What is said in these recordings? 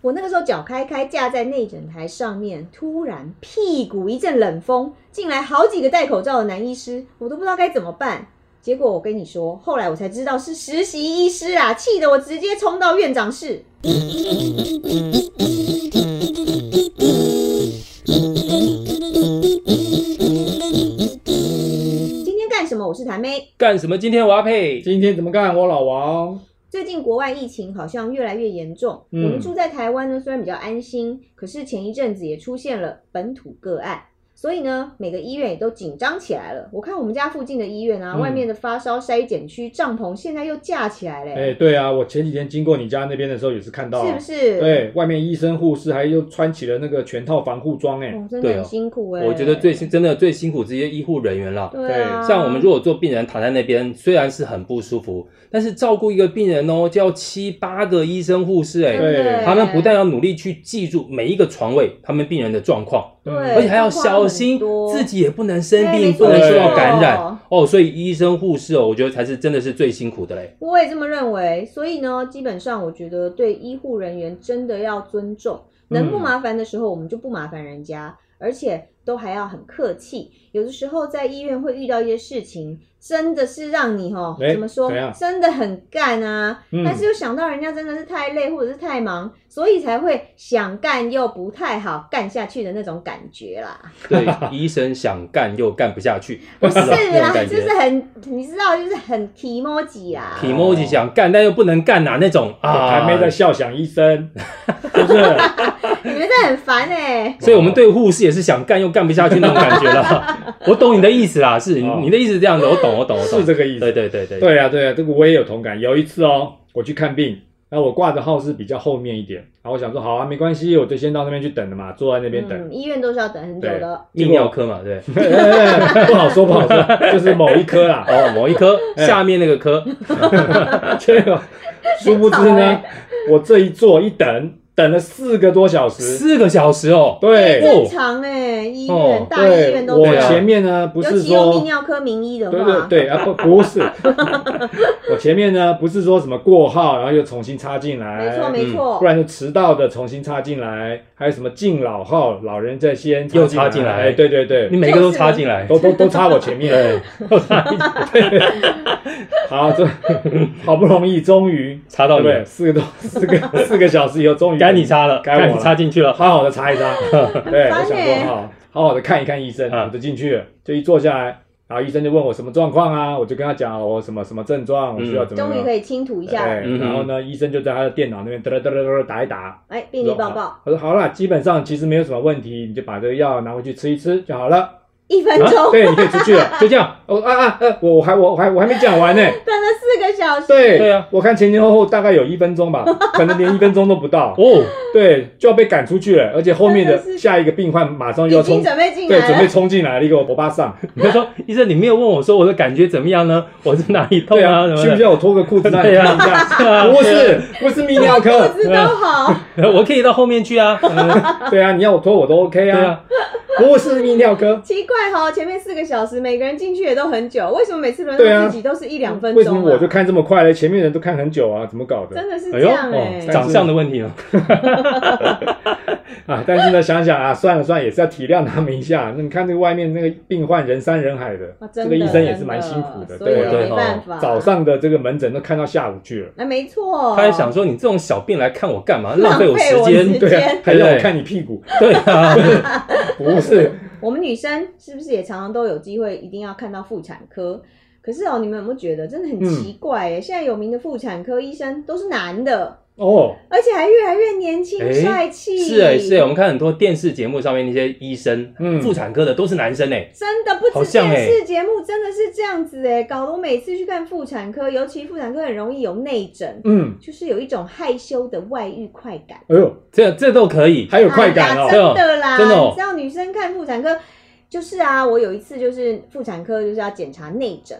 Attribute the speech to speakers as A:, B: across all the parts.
A: 我那个时候脚开开架在内诊台上面，突然屁股一阵冷风，进来好几个戴口罩的男医师，我都不知道该怎么办。结果我跟你说，后来我才知道是实习医师啊，气得我直接冲到院长室。今天干什么？我是谭妹。
B: 干什么？今天我要配。
C: 今天怎么干？我老王，
A: 最近国外疫情好像越来越严重，
C: 嗯
A: 我们住在台湾呢，虽然比较安心，可是前一阵子也出现了本土个案，所以呢，每个医院也都紧张起来了。我看我们家附近的医院啊，
C: 嗯
A: 外面的发烧筛检区帐篷现在又架起来嘞、
C: 哎、对啊，我前几天经过你家那边的时候也是看到、啊，
A: 是不是？，
C: 对，外面医生护士还又穿起了那个全套防护装、哎、
A: 哦，真的
B: 对
A: 很
B: 哦
A: 辛苦哎、
B: 我觉得最辛真的最辛苦这些医护人员了。
A: 对啊，
B: 像我们如果做病人躺在那边，虽然是很不舒服，但是照顾一个病人哦，就要七八个医生护士哎、
A: 真的
C: 对
A: 哎
B: 他们不但要努力去记住每一个床位他们病人的状况，
A: 对
C: 嗯
B: 而且还要小
A: 很
B: 心
A: 多
B: 自己也不能生
A: 对没
B: 病，
A: 错
B: 不能受到
C: 没错
B: 感染哦。所以医生护士哦，我觉得才是真的是最辛苦的 嘞。
A: 我也这么认为，所以呢，基本上我觉得对医护人员真的要尊重，能不
C: 嗯
A: 麻烦的时候我们就不麻烦人家，而且都还要很客气。有的时候在医院会遇到一些事情，真的是让你哦，
C: 哎
A: 怎么说
C: 怎样，
A: 真的很干啊，
C: 嗯
A: 但是又想到人家真的是太累或者是太忙，所以才会想干又不太好干下去的那种感觉啦。
B: 对，医生想干又干不下去，
A: 不是
B: 那种
A: 啦，
B: 感
A: 就
B: 觉
A: 是很，你知道，就是很啊 emoji 啦。
B: e m o j i 想干但又不能干呐、那种啊，
C: 还没在笑响医生，是不是？
A: 你们真的很烦哎、
B: 所以我
C: 哦
B: 们对护士也是想干又干不下去那种感觉 啦。我懂你的意思啦，是你
C: 哦
B: 你的意思是这样的，我懂我懂我懂。
C: 是这个意
B: 对
C: 思。
B: 对对对，
C: 对啊，对啊，这个我也有同感。有一次哦，我去看病，那我挂的号是比较后面一点，然后我想说，好啊，没关系，我就先到那边去等了嘛，坐在那边等。
A: 嗯，医院都是要等很久的。
B: 泌尿科嘛，对。
C: 不好说，不 好说，就是某一科 啦。
B: 哦，某一科
C: 哎
B: 下面那个科，
C: 结果，殊不知
A: 很吵
C: 呢
A: 欸，
C: 我这一坐一等，等了四个多小时。
B: 四个小时哦。
C: 对，
A: 正常哎、医院、
B: 哦
A: 大医
C: 对
A: 院，都
C: 我
A: 这样。
C: 前面呢不
A: 尤
C: 是
A: 其用泌
C: 说，
A: 尿科名医的话，
C: 对对对啊不不是， 我前面呢不是说什么过号，然后又重新插进来，
A: 没错没错。
C: 哎嗯不然就迟到的重新插进来，还有什么敬老号，老人在先
B: 又插进来
C: 哎，对对对
B: 你，每个都插进来，
C: 都都都插我前面，都插进来 好，这 好不容易终于
B: 插到你
C: 对不，对？四个多四个四个小时以后，终于
B: 该你插了，
C: 该我
B: 该
C: 了
B: 你插进去了。
C: 好好的查一查。对，
A: 很
C: 我
A: 烦
C: 想
A: 欸
C: 说好好好的看一看医生，
B: 啊
C: 我就进去了，就一坐下来，然后医生就问我什么状况啊，我就跟他讲我什么什么症状，我需要怎么样。
A: 嗯
C: 哎
A: 终于可以清吐一下了。
C: 对，
B: 嗯哼
C: 然后呢，医生就在他的电脑那边哒哒哒哒哒打一打，
A: 哎，病历报告，
C: 我说好啦，基本上其实没有什么问题，你就把这个药拿回去吃一吃就好了。啊
A: 一分钟，
C: 对，你可以出 去了，就这样。哦啊啊啊！我我还我还我还没讲完呢。
A: 等了四个小时。
C: 对
B: 对啊，
C: 我看前前后后大概有一分钟吧，可能连一分钟都 不到。
B: 哦，
C: 对，就要被赶出去了，而且后
A: 真
C: 面
A: 的
C: 的
A: 是
C: 下一个病患马上又
A: 已
C: 要
A: 经
C: 冲，
A: 准备进
C: 对，
A: 来
C: 准备
A: 了，
C: 冲进来了一个我伯巴上，
B: 你就说医生，你没有问我说我的感觉怎么样呢？我是哪里 痛
C: 对
B: 啊
C: 啊
B: 什，
C: 需
B: 么
C: 不需
B: 的？
C: 要我脱个裤子让你
B: 对啊
C: 看一 下？
B: 对啊
C: 不是，不是泌尿
A: 肚
C: 科，
A: 子都好，
B: 我可以到后面去 啊。嗯
C: 对啊，你要我脱我都 OK
B: 对
C: 啊，
B: 啊，
C: 不是泌尿科。
A: 奇怪哈、前面四个小时每个人进去也都很久，为什么每次轮
C: 对啊
A: 到自己都是一两分钟、啊
C: 为什么我就看这么快嘞？前面人都看很久啊，怎么搞的
A: 真的是
B: 哎
A: 这
B: 呦，
A: 样哎、
C: 欸
B: 哦长相的问题了。
C: 啊？但是呢，想想啊，算了算了，也是要体谅他们一下。那你看这个外面那个病患人山人海的
A: 啊，
C: 这
A: 真
C: 个
A: 的
C: 医生也是蛮辛苦
A: 真
C: 的，
A: 所以
C: 对
A: 没
C: 啊。
A: 办法。
C: 早上的这个门诊都看到下午去了。
A: 哎，没错，
B: 他还想说你这种小病来看我干嘛？浪费
A: 费
B: 我时
A: 我时
B: 间。
A: 间
C: 对啊，还让我看你屁股，
B: 对啊，
C: 不是？
A: 我们女生是不是也常常都有机会一定要看到妇产科？可是哦，你们有没有觉得真的
B: 嗯
A: 很奇怪耶？现在有名的妇产科医生都是男的，
C: 哦，
A: 而且还越来越年轻、
B: 哎
A: 帅气。
B: 是哎、是哎、我们看很多电视节目上面那些医生，
C: 嗯
B: 妇产科的都是男生哎、
A: 真的不
B: 好
A: 止
B: 像
A: 电
B: 哎
A: 视节目，真的是这样子哎，搞得我每次去看妇产科，尤其妇产科很容易有内诊，
C: 嗯，
A: 就是有一种害羞的外遇快感。
C: 哎呦，
B: 这这都可以。
C: 还有快感
A: 哎呀
C: 哦，
A: 真的啦，
B: 真的哦
A: 你知道女生看妇产科，就是啊，我有一次就是妇产科就是要检查内诊，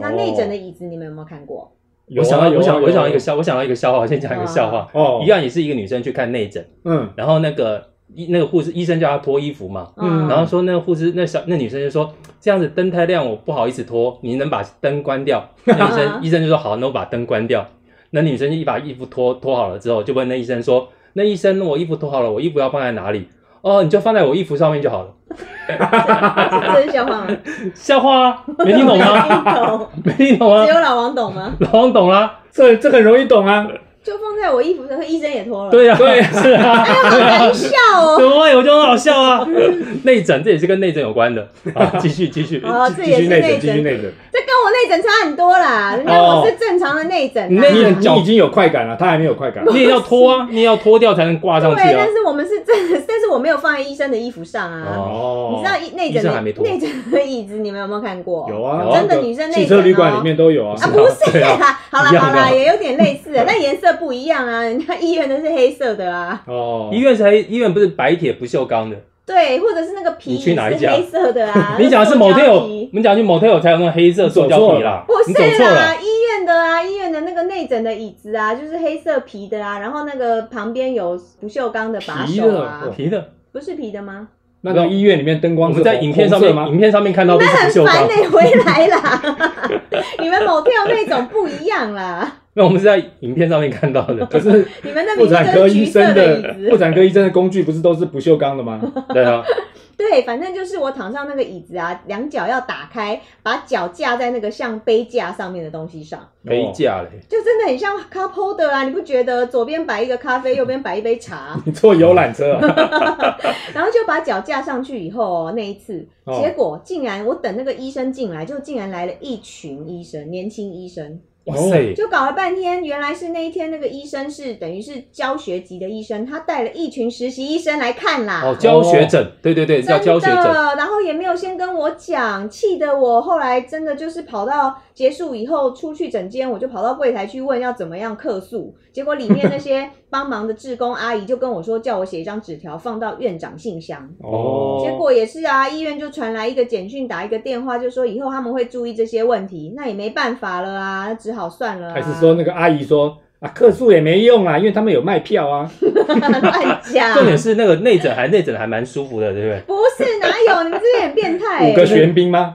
A: 那内诊的椅子你们有没有看过？
C: 有
B: 我
C: 啊
B: 想到，
C: 有啊
B: 我想，
C: 有啊
B: 我想到一个笑，我想到一个笑话，我先讲一个笑话。
C: 哦
B: 一，样也是一个女生去看内诊，
C: 嗯，
B: 然后那个医那个护士医生叫她脱衣服嘛，
C: 嗯
B: 然后说那个护士那小那女生就说这样子灯太亮，我不好意思脱，你能把灯关 掉？那女生医生就说好，那我把灯关掉。那女生就一把衣服脱脱好了之后，就问那医生说那医生，我衣服脱好了，我衣服要放在哪里？哦，你就放在我衣服上面就好了。
A: 啊这是笑话吗？
B: 笑话啊，没听 懂吗？
A: 懂，
B: 没听懂吗
A: 只？有老王懂吗？
B: 老王懂啦。
C: 这这很容易懂啊。
A: 就放在我衣服上，医生也脱了。，
B: 对呀、
C: 对
B: 是啊，
A: 好难笑
B: 怎
A: 哦。
B: 么会？我觉得很好笑啊。内诊，这也是跟内诊有关的。好，继续，继续。
A: 哦，这
C: 继
A: 也
C: 续
A: 是
C: 内
A: 内
C: 诊，继续
A: 诊，
C: 内诊。
A: 这跟我内诊差很多啦。人家我是正常的内诊
B: 你
A: 啊，
B: 内
C: 你
B: 诊
C: 你已经有快感了，他还没有快感。
B: 你也要脱啊，你也要脱掉才能挂上去
A: 对，
B: 啊
A: 但。是我们是正的， 但是我没有放在医生的衣服上啊。
C: 哦
A: 你知道医内诊
B: 医生还
A: 的
B: 没脱
A: 内诊的椅子，你们有没有看过？
C: 有啊，
B: 有啊
A: 真的女生内诊哦
C: 汽车旅馆里面都有啊
A: 啊，。不是
B: 对啊
A: 啦，好
B: 一
A: 啦
B: 样的
A: 好啦，也有点类似， 但颜色不一样啊。人家医院的是黑色的啊，
C: 哦
B: 医，院才医院不是白铁不锈钢的，
A: 对，或者是那个皮
B: 你去
A: 椅是
B: 哪一家。
A: 黑色的啊
B: 你讲的是
A: 某
B: motel，你讲去 motel 才有那种黑色塑胶皮啦
A: 不，
B: 你走
A: 是
B: 错
A: 啦，
B: 了。
A: 医院的啊，医院的那个内诊的椅子啊，就是黑色皮的啊，然后那个旁边有不锈钢的把
C: 皮
A: 手
C: 的
A: 啊
C: 哦，
B: 皮的，
A: 不是皮的吗？
C: 那个医院里面灯
B: 我
C: 光是
B: 们在
C: 红
B: 影片上面
C: 红色，吗？
B: 影片上面看到都是
A: 很
B: 不锈
A: 烦欸
B: 钢
A: 得，回来啦！ 你们某跳那种不一样啦，
B: 那我们是在影片上面看到的。
C: 可是
A: 你们那
C: 妇
A: 明
C: 产
A: 明
C: 科
A: 就是
C: 医
A: 橘色
C: 生
A: 的椅
C: 的妇
A: 子。
C: 产科医生的工具不是都是不锈钢的吗？
B: 对啊，
A: 对，反正就是我躺上那个椅子啊，两脚要打开，把脚架在那个像杯架上面的东西上，
B: 没架嘞。
A: 就真的很像 cup holder 啊！你不觉得左边摆一个咖啡，右边摆一杯茶？
C: 你坐游览车啊？
A: 然后就把脚架上去以后、哦，那一次，
C: 哦
A: 结果竟然我等那个医生进来，就竟然来了一群医生，年轻医生，
B: 哇塞，
A: 就搞了半天，原来是那一天那个医生是等于是教学级的医生，他带了一群实习医生来看啦。
B: 哦，教学诊，对对对，叫
A: 啊真
B: 教学诊。
A: 的，然后也没有先跟我讲，气得我后来真的就是跑到结束以后出去整间，我就跑到柜台去问要怎么样客诉，结果里面那些帮忙的志工阿姨就跟我说，叫我写一张纸条放到院长信箱。
C: 哦，
A: 结果也是啊，医院就传来一个简讯，打一个电话，就说以后他们会注意这些问题，那也没办法了啊，那只好算了、啊。
C: 还是说那 个阿姨说啊，客诉也没用啊，因为他们有卖票啊。
A: 乱讲？
B: 重点是那个内诊还内诊还蛮舒服的，对不对？
A: 不是哪有？你们这些很变态、欸。
C: 五个玄彬吗？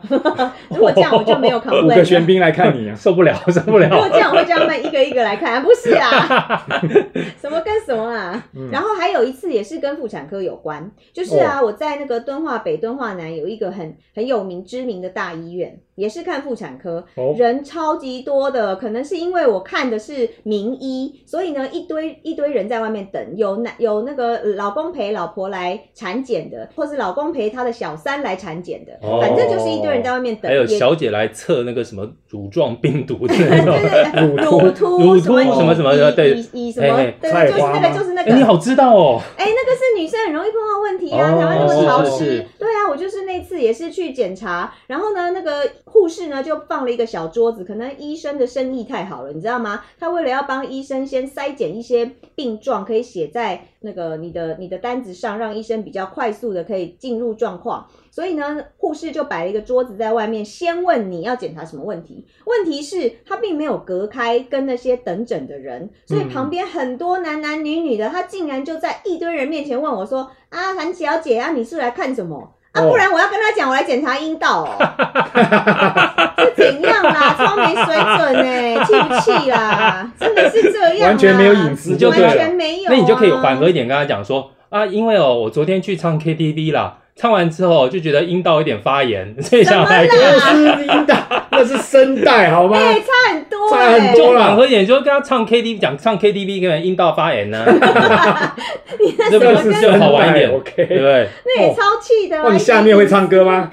A: 如果这样我就没有考
C: 五
A: 问
C: 个玄彬来 看你 啊。
B: 受不了，受不
A: 如果
B: 了。
A: 这样，我会叫他们一个一个来看，不是啊？ 什么跟什么啊？
C: 嗯
A: 然后还有一次也是跟妇产科有关，就是
B: 哦
A: 啊，我在那个敦化北、敦化南有一个很很有名、知名的大医院，也是看妇产科，
C: 哦
A: 人超级多的。可能是因为我看的是名医，所以呢，一堆一堆人在外面等，有男有那个呃老公陪老婆来产检的，或是老公陪他的小三来产检的，
B: 哦
A: 反正就是一堆人在外面等，
B: 还有
A: 也
B: 小姐来测那个什么乳状病毒的 那种。
A: 对对，
C: 乳
A: 乳
B: 乳
A: 突
B: 突什么什么的对
A: 以以以什么
B: 嘿嘿，
A: 对，
C: 菜
A: 就是
C: 花
A: 那
C: 吗
A: 个就是那
B: 哎，你
A: 个，
B: 好知道哦。
A: 哎，那个是女生很容易碰到问题啊，
C: 哦
A: 台湾那么潮
B: 是是
A: 湿
B: 是，
A: 对啊，我就是那次也是去检查，然后呢，那个护士呢就放了一个小桌子，可能医生的生意太好了，你知道吗？他为了要帮医生先筛检一些病状，可以写在那个你的你的单子上，让医生比较快速的可以进入状况。所以呢，护士就摆了一个桌子在外面，先问你要检查什么问题。问题是，他并没有隔开跟那些等诊的人，所以
C: 嗯
A: 旁边很多男男女女的，他竟然就在一堆人面前问我说：“啊，韩小姐啊，你是来看什么？”啊，
C: 哦
A: 不然我要跟他讲，我来检查阴道哦， 是怎样啦？超没水准哎、气不气啦？真的是这样、啊，
C: 完全没有隐私
B: 就
A: 完
B: 对了
A: 全没有、啊，
B: 那你就可以缓和一点跟他讲说啊，因为哦，我昨天去唱 KTV 啦，唱完之后哦就觉得阴道有点发炎， 所以想来
A: 怎么啦
C: 那是阴道， 那是声带好吗？
A: 哎、差很多、
C: 差
A: 欸，
C: 很
B: 就
C: 多
B: 缓和一点，就跟他唱 KTV 讲唱 KTV 跟人阴道 发炎呢、啊
A: 你那
B: 这
A: 什
B: 个
A: 么
B: 是
A: 跟
B: 就好玩一点，
C: OK
B: 对不对？
A: 那也超气的、啊。
C: 哦，你下面会唱 歌吗？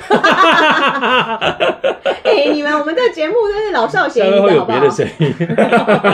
A: 哎、你们我们这节目真是老少咸
B: 下
A: 宜啊
B: 面会
A: 的，
B: 有
A: 好不
B: 别
A: 好？
B: 的声音。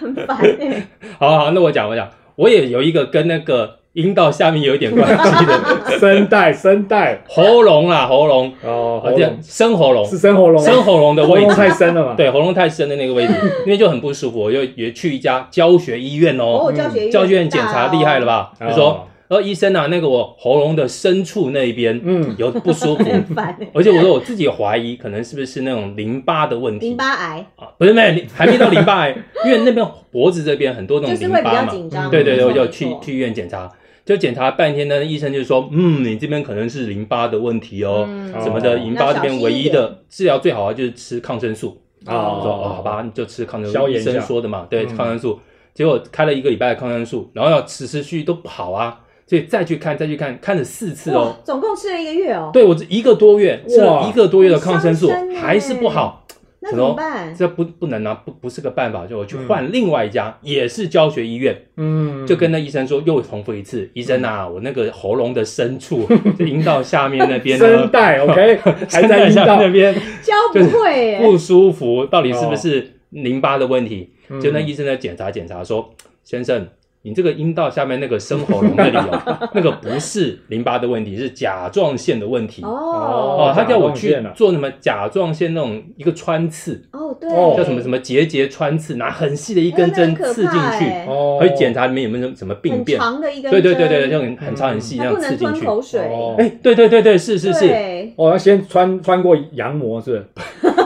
A: 很烦哎、
B: 好好，那我讲我讲，我也有一个跟那个阴道下面有一点关系的
C: 声带，声带，
B: 喉咙啦，喉咙，
C: 哦，
B: 而
C: 喉
B: 且
C: 咙
B: 生喉咙
C: 是，生喉咙吗，
B: 生喉咙的
C: 喉
B: 位置
C: 咙。太深了嘛？
B: 对，喉咙太深的那个 位置，那边就很不舒服。我就也去一家教学医院
A: 哦，
B: 哦，
A: 教学院、
B: 教学院检查厉害了？吧？
C: 哦，
B: 就说，呃，医生啊，那个我喉咙的深处那一边
C: 嗯，
B: 有不舒 服，
A: 很烦、 欸。
B: 而且我说我自己怀疑，可能是不是那种淋巴的问题？
A: 淋巴癌
B: 啊，不是没有，还没到淋巴癌，因为那边脖子这边很多那
A: 就
B: 种
A: 是
B: 淋
A: 会比
B: 巴
A: 较
B: 嘛。嗯
A: 紧张，
B: 对对对，
A: 没
B: 我
A: 错
B: 就去，
A: 没错
B: 去医院检查，就检查半天呢，医生就说，嗯，你这边可能是淋巴的问题哦，
A: 嗯
B: 什么的，
C: 哦
B: 淋巴这边唯一
A: 要小
B: 的治疗最啊好的就是吃抗生素。
C: 哦
B: 我说哦，好吧，你就吃抗生素，
C: 消炎
B: 医
C: 一下
B: 生说的嘛，对，
C: 嗯
B: 抗生素。结果开了一个礼拜的抗生素，然后要持持续续都不好啊，所以再去看，再去看，看了四次
A: 哇
B: 哦。，
A: 总共吃了一个月哦，
B: 对我这一个多月吃了
C: 哇
B: 一个多月的抗生素
A: 很伤身欸
B: 还是不好，
A: 那怎么办？
B: 这不不能啊，不不是个办法，就我去换另外一家、也是教学医院，
C: 嗯，
B: 就跟那医生说又重复一次，医生啊，我那个喉咙的深处， 就阴道下面那边
C: 声
B: 呢，
C: 带 OK，还在阴
B: 下面
C: 道
B: 那，边
A: 教不会耶，
B: 不舒服，到底是不是淋巴的问题？
C: 哦嗯
B: 就那医生呢检查检查说，先生，你这个阴道下面那个深喉咙那里 哦，那个不是淋巴的问题，是甲状腺的问题。
A: 哦
B: 哦，他叫我
C: 甲
B: 去
C: 状腺啊
B: 做什么甲状腺那种一个穿刺，
A: 哦，对，
C: 哦
B: 叫什么什么结节穿刺，拿很细的一
A: 一
B: 根针刺进去，
C: 哦，
B: 会检查里面有没有什么病变
A: 很。长的一根
B: 对
A: 针，
B: 对对对，就很很长
C: 嗯
B: 很细，这
A: 它
B: 样
A: 不
B: 刺
A: 能
B: 进
A: 吞
B: 去。
A: 口水，
C: 哦
B: 哎，对对对对，是是是，
A: 对，
C: 哦，要先穿穿过羊膜是不是？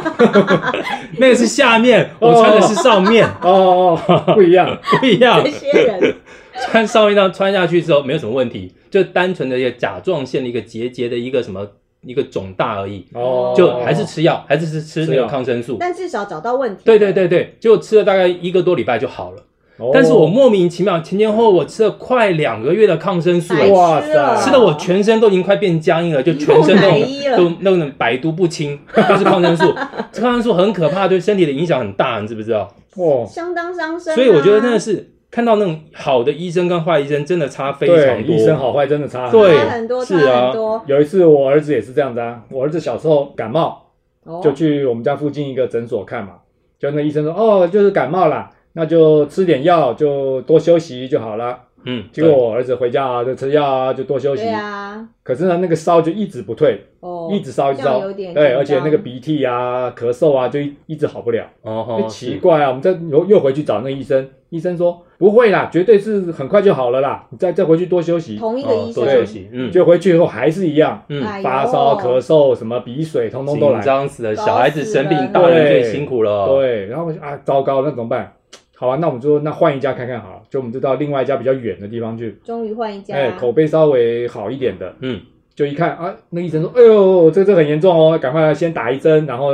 B: 那个是下面，我穿的是上面，
C: 哦哦哦，不一样，
B: 不一样
A: 这。些人
B: 穿上面上穿下去之后没有什么问题，就单纯的一个甲状腺的一个结节的一个什么一个肿大而已，
C: 哦，
B: 就还是吃药，还是吃吃那
C: 吃
B: 个
C: 药
B: 抗生素。
A: 但至少找到问题，
B: 对对，对对，就吃了大概一个多礼拜就好了。
C: 哦，
B: 但是我莫名其妙前前后后我吃了快两个月的抗生素，
A: 白
B: 哎
C: 哇
A: 痴了，
C: 塞
B: 吃的我全身都已经快变 僵硬了，就全身
A: 又奶衣了
B: 都都那种百毒不侵， 就是抗 生素。这抗生素很可怕，对身体的影响很大，你知不知道？
C: 哦，
A: 相当伤身啊，
B: 所以我觉得真的是看到那种好的医生跟坏医生真的差非
C: 对，
B: 常多。
C: 医生好坏真的差。
B: 对
A: 差很多，差
B: 是啊
A: 很多，
C: 有一次我儿子也是这样子啊，我儿子小时候感冒，
A: 哦
C: 就去我们家附近一个诊所看嘛，就那医生说，哦，就是感冒啦，那就吃点药，就多休息就好了。
B: 嗯，
C: 结果我儿子回家啊，就吃药啊，就多休息
A: 对。啊，
C: 可是呢，那个烧就一直不退，
A: 哦，
C: 一直烧一直
A: 这样
C: 烧，
A: 有点
C: 对，
A: 紧
C: 而且
A: 张
C: 那个鼻涕啊、咳嗽啊，就一一直好不了。
B: 哦
C: 就
B: 吼，
C: 奇怪啊，我们再又又回去找那医生，医生说不会啦，绝对是很快就好了啦，你再再回去多休息。
A: 同一
B: 是
A: 个医
B: 哦，
A: 生
B: 多，休息，嗯，
C: 就回去以后还是一样，
B: 嗯
A: 哎呦
C: 发烧、咳嗽、什么鼻水，通通都
B: 紧
C: 来。
B: 张死了，
A: 搞
B: 小孩子
A: 死
B: 生
A: 人
B: 病，大人
C: 对
B: 最辛苦了。，
C: 对，然后我就啊，糟糕，那怎么办？好啊，那我们就那换一家看看好了，就我们就到另外一家比较远的地方去，
A: 终于换一家，
C: 哎，口碑稍微好一点的，
B: 嗯，
C: 就一看啊，那医生说，哎呦，这这很严重哦，赶快先打一针，然后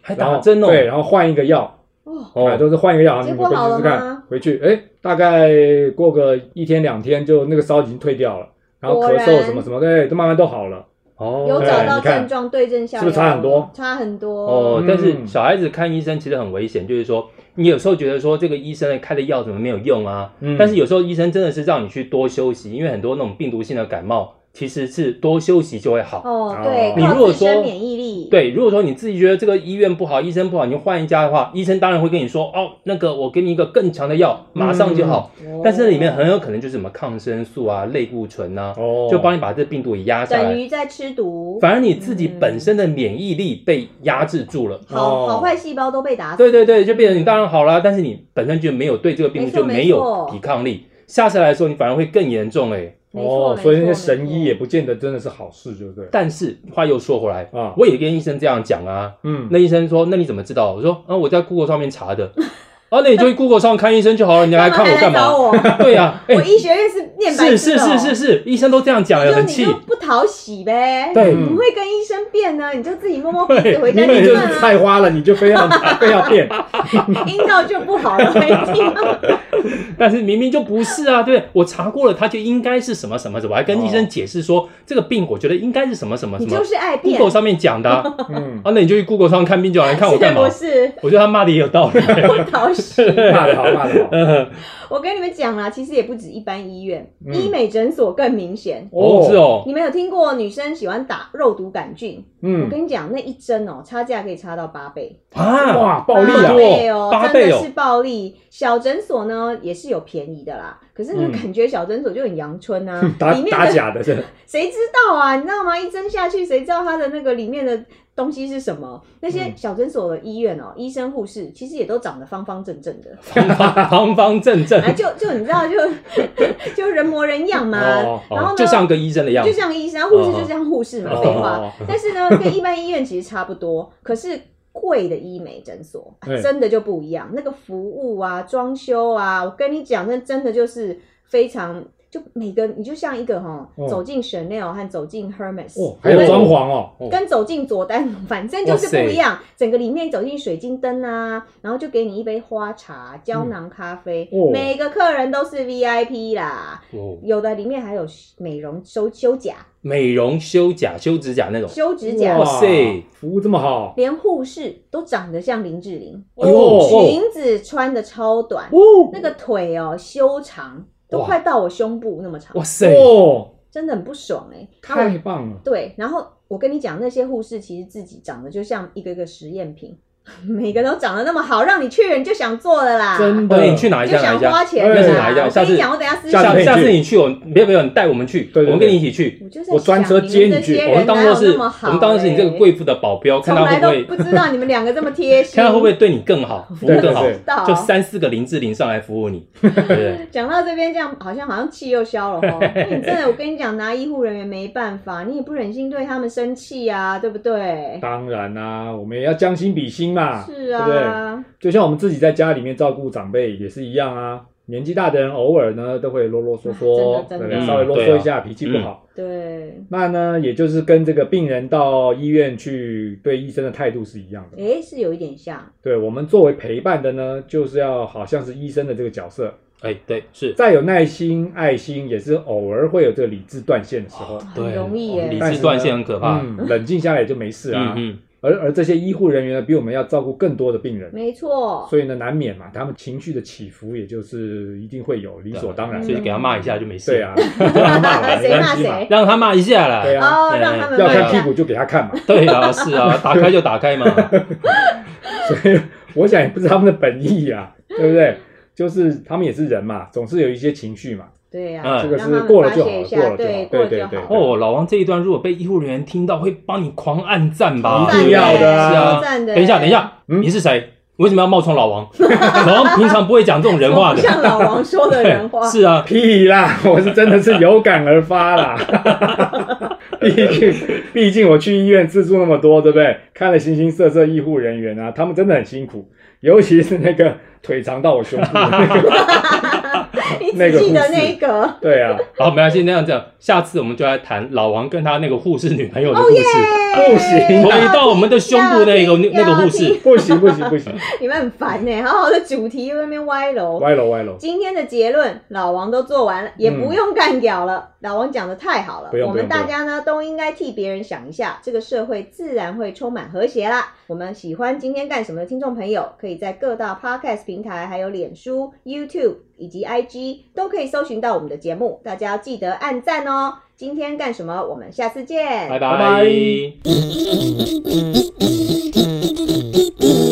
B: 还
C: 然
B: 打
C: 后
B: 针哦。
C: 对，然后换一个药，
A: 哦，
C: 啊，
B: 哦，
C: 都是换一个药，
A: 结
C: 你
A: 果
C: 回去
A: 好
C: 试
A: 了
C: 试
A: 吗
C: 看。回去，哎，大概过个一天两天，就那个烧已经退掉了，然后
A: 果
C: 咳
A: 然
C: 嗽什么什么，哎，都慢慢都好了。
B: 哦，
A: 有找
C: 对
A: 到
C: 你看
A: 症状对症下药，
C: 是不是差很多？
A: 差很多
B: 哦，但是
C: 嗯
B: 小孩子看医生其实很危险，就是说你有时候觉得说这个医生开的药怎么没有用啊？
C: 嗯
B: 但是有时候医生真的是让你去多休息，因为很多那种病毒性的感冒其实是多休息就会好。
A: 哦，对，
C: 哦
B: 你
A: 靠
B: 如果
A: 自身
B: 说
A: 免疫力，，
B: 对，如果说你自己觉得这个医院不好，医生不好，你换一家的话，医生当然会跟你说哦，那个我给你一个更强的药，
A: 嗯
B: 马上就好。
A: 哦
B: 但是里面很有可能就是什么抗生素啊、类固醇啊，
C: 哦，
B: 就帮你把这病毒给压下
A: 等
B: 来。
A: 于在吃毒，
B: 反而你自己本身的免疫力被压制住了。
A: 好
C: 哦
A: 好坏细胞都被打死，
B: 对对对，就变成你当然好啦，但是你本身就没有对这个病
A: 没
B: 毒
A: 错
B: 就没有抵抗力，下次来的时候你反而会更严重哎、
A: 没错
C: 哦，所以
A: 没
C: 那些
A: 错
C: 神医
A: 没
C: 也不见得真的是好事，对不对？
B: 但是话又说回来，
C: 啊，
B: 我也跟医生这样讲啊，
C: 嗯，
B: 那医生说那你怎么知道？我说啊我在 Google 上面查的，啊那你就去 Google 上看医生就好了，你
A: 错
B: 来看我
A: 干
B: 干
A: 嘛
B: 嘛？
A: 哦还来找我？
B: 对呀、啊， 哎、
A: 我医学院是念白痴
B: 是是
A: 的哦哎
B: 是是是，医生都这样讲了，很
A: 你就嗯
B: 气
A: 你。就不讨喜呗，
B: 对
A: 你会跟医生辩呢，你就自己摸摸鼻子
B: 对
A: 回家
C: 明明
A: 就
C: 就是
A: 算了，
C: 菜花了，你就非要 非要变，
A: 阴道就不好了，一定要
B: 但是明明就不是啊，对不对我查过了，他就应该是什么什么什么，我还跟医生解释说、这个病我觉得应该是什么什么啊什
A: 哦你
B: 么。
A: 就是爱变
B: Google，上面讲的啊，啊
C: 嗯，
B: 那你就去 Google 上看病就好了，你看我干
A: 是哦
B: 嘛
A: 不？是？
B: 我觉得他骂的也有道理。
A: 不讨 喜。
C: 骂得好，骂得好，
B: 嗯
A: 我跟你们讲啦，其实也不止一般医院，
C: 嗯
A: 医美诊所更明显。
B: 哦，是，哦，
A: 你们有听过女生喜欢打肉毒杆菌？我
C: 嗯，
A: 跟你讲，那一针哦，差价可以差到八倍，
B: 啊，
C: 哇，暴力
A: 八
C: 啊，
A: 倍哦，
B: 八
A: 真
B: 倍
A: 的
B: 哦
A: 是暴利。小诊所呢也是有便宜的啦，可是你
C: 嗯
A: 感觉小诊所就很阳春啊，
C: 打
A: 里面
C: 打
A: 的
C: 假的，真的，
A: 谁知道啊？你知道吗？一针下去，谁知道它的那个里面的东西是什么？那些
C: 嗯
A: 小诊所的医院哦，医生护士其实也都长得方方正 正的，
B: 方方方方正正，
A: 啊，就就你知道，就 就人模人样嘛。
C: 哦
A: 然后
B: 哦
A: 呢，
B: 就像个医生的样
A: 就
B: 子。
A: 像医生，护士就像护士嘛，
B: 哦
A: 废话。
C: 哦，
A: 但是呢，跟一般医院其实差不多，可是贵的医美诊所、啊
C: 对
A: 真的就不一样，那个服务啊、装修啊，我跟你讲，那真的就是非常就每个你就像一个哈、
C: 哦
A: 走进 Chanel 和走进 Hermes，、
C: 哦，还有装潢哦，
B: 哦
A: 跟走进佐丹，反正就是
B: 哇塞
A: 不一样。整个里面走进水晶灯啊，然后就给你一杯花茶、胶囊咖啡，
C: 哦
A: 每个客人都是 VIP 啦。
B: 哦，
A: 有的里面还有美容修修甲、
B: 美容、修甲、修指甲那种，
A: 修指甲，
B: 哇塞
C: 服务这么好，
A: 连护士都长得像林志玲，
B: 哎呦哦
A: 裙子穿的超短，
C: 哦
A: 那个腿哦修长，都
B: 哇
A: 快到我胸部那么长
B: 哇，塞，
C: 哦，
A: 真的很不爽哎、然后我
C: 太棒了，
A: 对，然后我跟你讲，那些护士其实自己长得就像一个一个实验品， 每个都长得那么好，让你去你就想做了啦，
C: 真的
B: 哦，你去哪一
A: 就
B: 家？哪
A: 想
B: 一家？
A: 花钱
C: 哎
A: 了
B: 那
A: 啦。
B: 是哪一家？
A: 我
B: 下
A: 跟
B: 次
A: 你讲，我等一下私
C: 下
A: 下
C: 次可以
B: 下
C: 去
B: 下次你去，我没有没有，你带我们去，
C: 对对对
B: 我们跟你一起去。
A: 我就在
C: 我专
A: 想
C: 车
A: 你
C: 接
A: 们
C: 你
A: 这
C: 去
A: 些
B: 我们
A: 人
B: 当
A: 哪
B: 做
A: 有
B: 是，
A: 那么好
B: 我们当做是你这个
A: 欸
B: 贵妇的保镖，看
A: 从
B: 他会
A: 来
B: 不
A: 都
B: 会，
A: 不知道你们两个这么贴心，
B: 看他会不会对你更好，服务更好
C: 对对，
A: 到
B: 就三四个林志玲上来服务你，对不 对？
A: 讲到这边，这样好像好像气又消了哦。那你真的，我跟你讲，拿医护人员没办法，你也不忍心对他们生气啊，对不对？
C: 当然啦、我们也要将心比心嘛，
A: 是
C: 对不对？
A: 啊，
C: 就像我们自己在家里面照顾长辈也是一样啊。年纪大的人偶尔呢都会啰啰嗦嗦，
A: 啊真的
C: 对
A: 真的
C: 不对？稍微啰嗦一下，脾气不
B: 嗯
C: 好。
A: 对。
C: 那呢，也就是跟这个病人到医院去对医生的态度是一样的。
A: 诶，是有一点像，
C: 对我们作为陪伴的呢，就是要好像是医生的这个角色，
B: 哎，对， 是
C: 再有耐心、爱心，也是偶尔会有这个理智断线的时候。
A: 很
B: 对，
A: 容易
B: 哦
A: 耶
B: 理
C: 但
B: 智
C: 是呢
B: 断线很可怕。
C: 嗯，冷静下来也就没事啊。
B: 嗯
C: 而而这些医护人员呢，比我们要照顾更多的病人，
A: 没错。
C: 所以呢，难免嘛，他们情绪的起伏也就是一定会有，理所当
B: 嗯，
C: 然
A: 嗯
B: 所
C: 的。
B: 以给他骂一下就没事。
C: 对啊，让他骂完没
A: 谁骂
C: 关系嘛
A: 谁？
B: 让他骂一下啦。
C: 对啊，
A: 哦，
B: 对
A: 让他们
C: 要
A: 慢
C: 看
A: 慢
C: 屁股就给他看嘛。
B: 对啊，是啊，打开就打开嘛。
C: 所以我想也不是他们的本 意啊，对不对？就是他们也是人嘛，总是有一些情绪嘛。
A: 对呀、
B: 嗯
C: 这个
A: 让他
C: 是
A: 们
C: 过了
A: 发
C: 就好
A: 泄
C: 了，
A: 一
C: 过
A: 下，
C: 了就
A: 对，
C: 好，
A: 过
C: 对
A: 了
C: 对
A: 就
C: 对。
A: 好。
B: 哦，老王这一段如果被医护人员听到，会帮你狂按赞吧？
C: 一定要的啊
B: 是啊
A: 超赞的
B: 等一下，等一下，
C: 嗯
B: 你是谁？为什么要冒充老 王？老王平常不会讲这种人话
A: 不
B: 的。
A: 像老王说的人话，
B: 是啊，
C: 屁啦！ 我是真的是有感而发啦。 毕竟，毕竟我去医院自助那么多，对不对？看了形形色色医护人员啊，他们真的很辛苦，尤其是那个腿长到我胸部的那 个。
A: 你
C: 那
A: 只
C: 个
A: 记得
C: 护士
A: 那个，
C: 对啊，
B: 好，没关系，那样这样，下次我们就来谈老王跟他那个护士女朋友的故事，
C: 不行
B: 回到我们的胸部那个
A: 哦要听
B: 那个护
A: 要
B: 士
A: 听。
C: 不行不行不行，
A: 你们很烦呢、好好的主题又在那边歪楼。
C: 歪楼歪楼。
A: 今天的结论，老王都做完了，也不用干屌了。老王讲的太好了
C: 嗯不，用
A: 我
C: 不
A: 们
C: 用
A: 大
C: 不
A: 家呢都应该替别人想一下，这个社会自然会充满和谐啦。我们喜欢今天干什么的听众朋友，可以在各大 podcast 平台，还有脸书、YouTube 以及 IG 都可以搜寻到我们的节目，大家要记得按赞哦。今天干什么？我们下次见，
B: 拜
C: 拜拜
B: 拜。
D: Mm-hmm.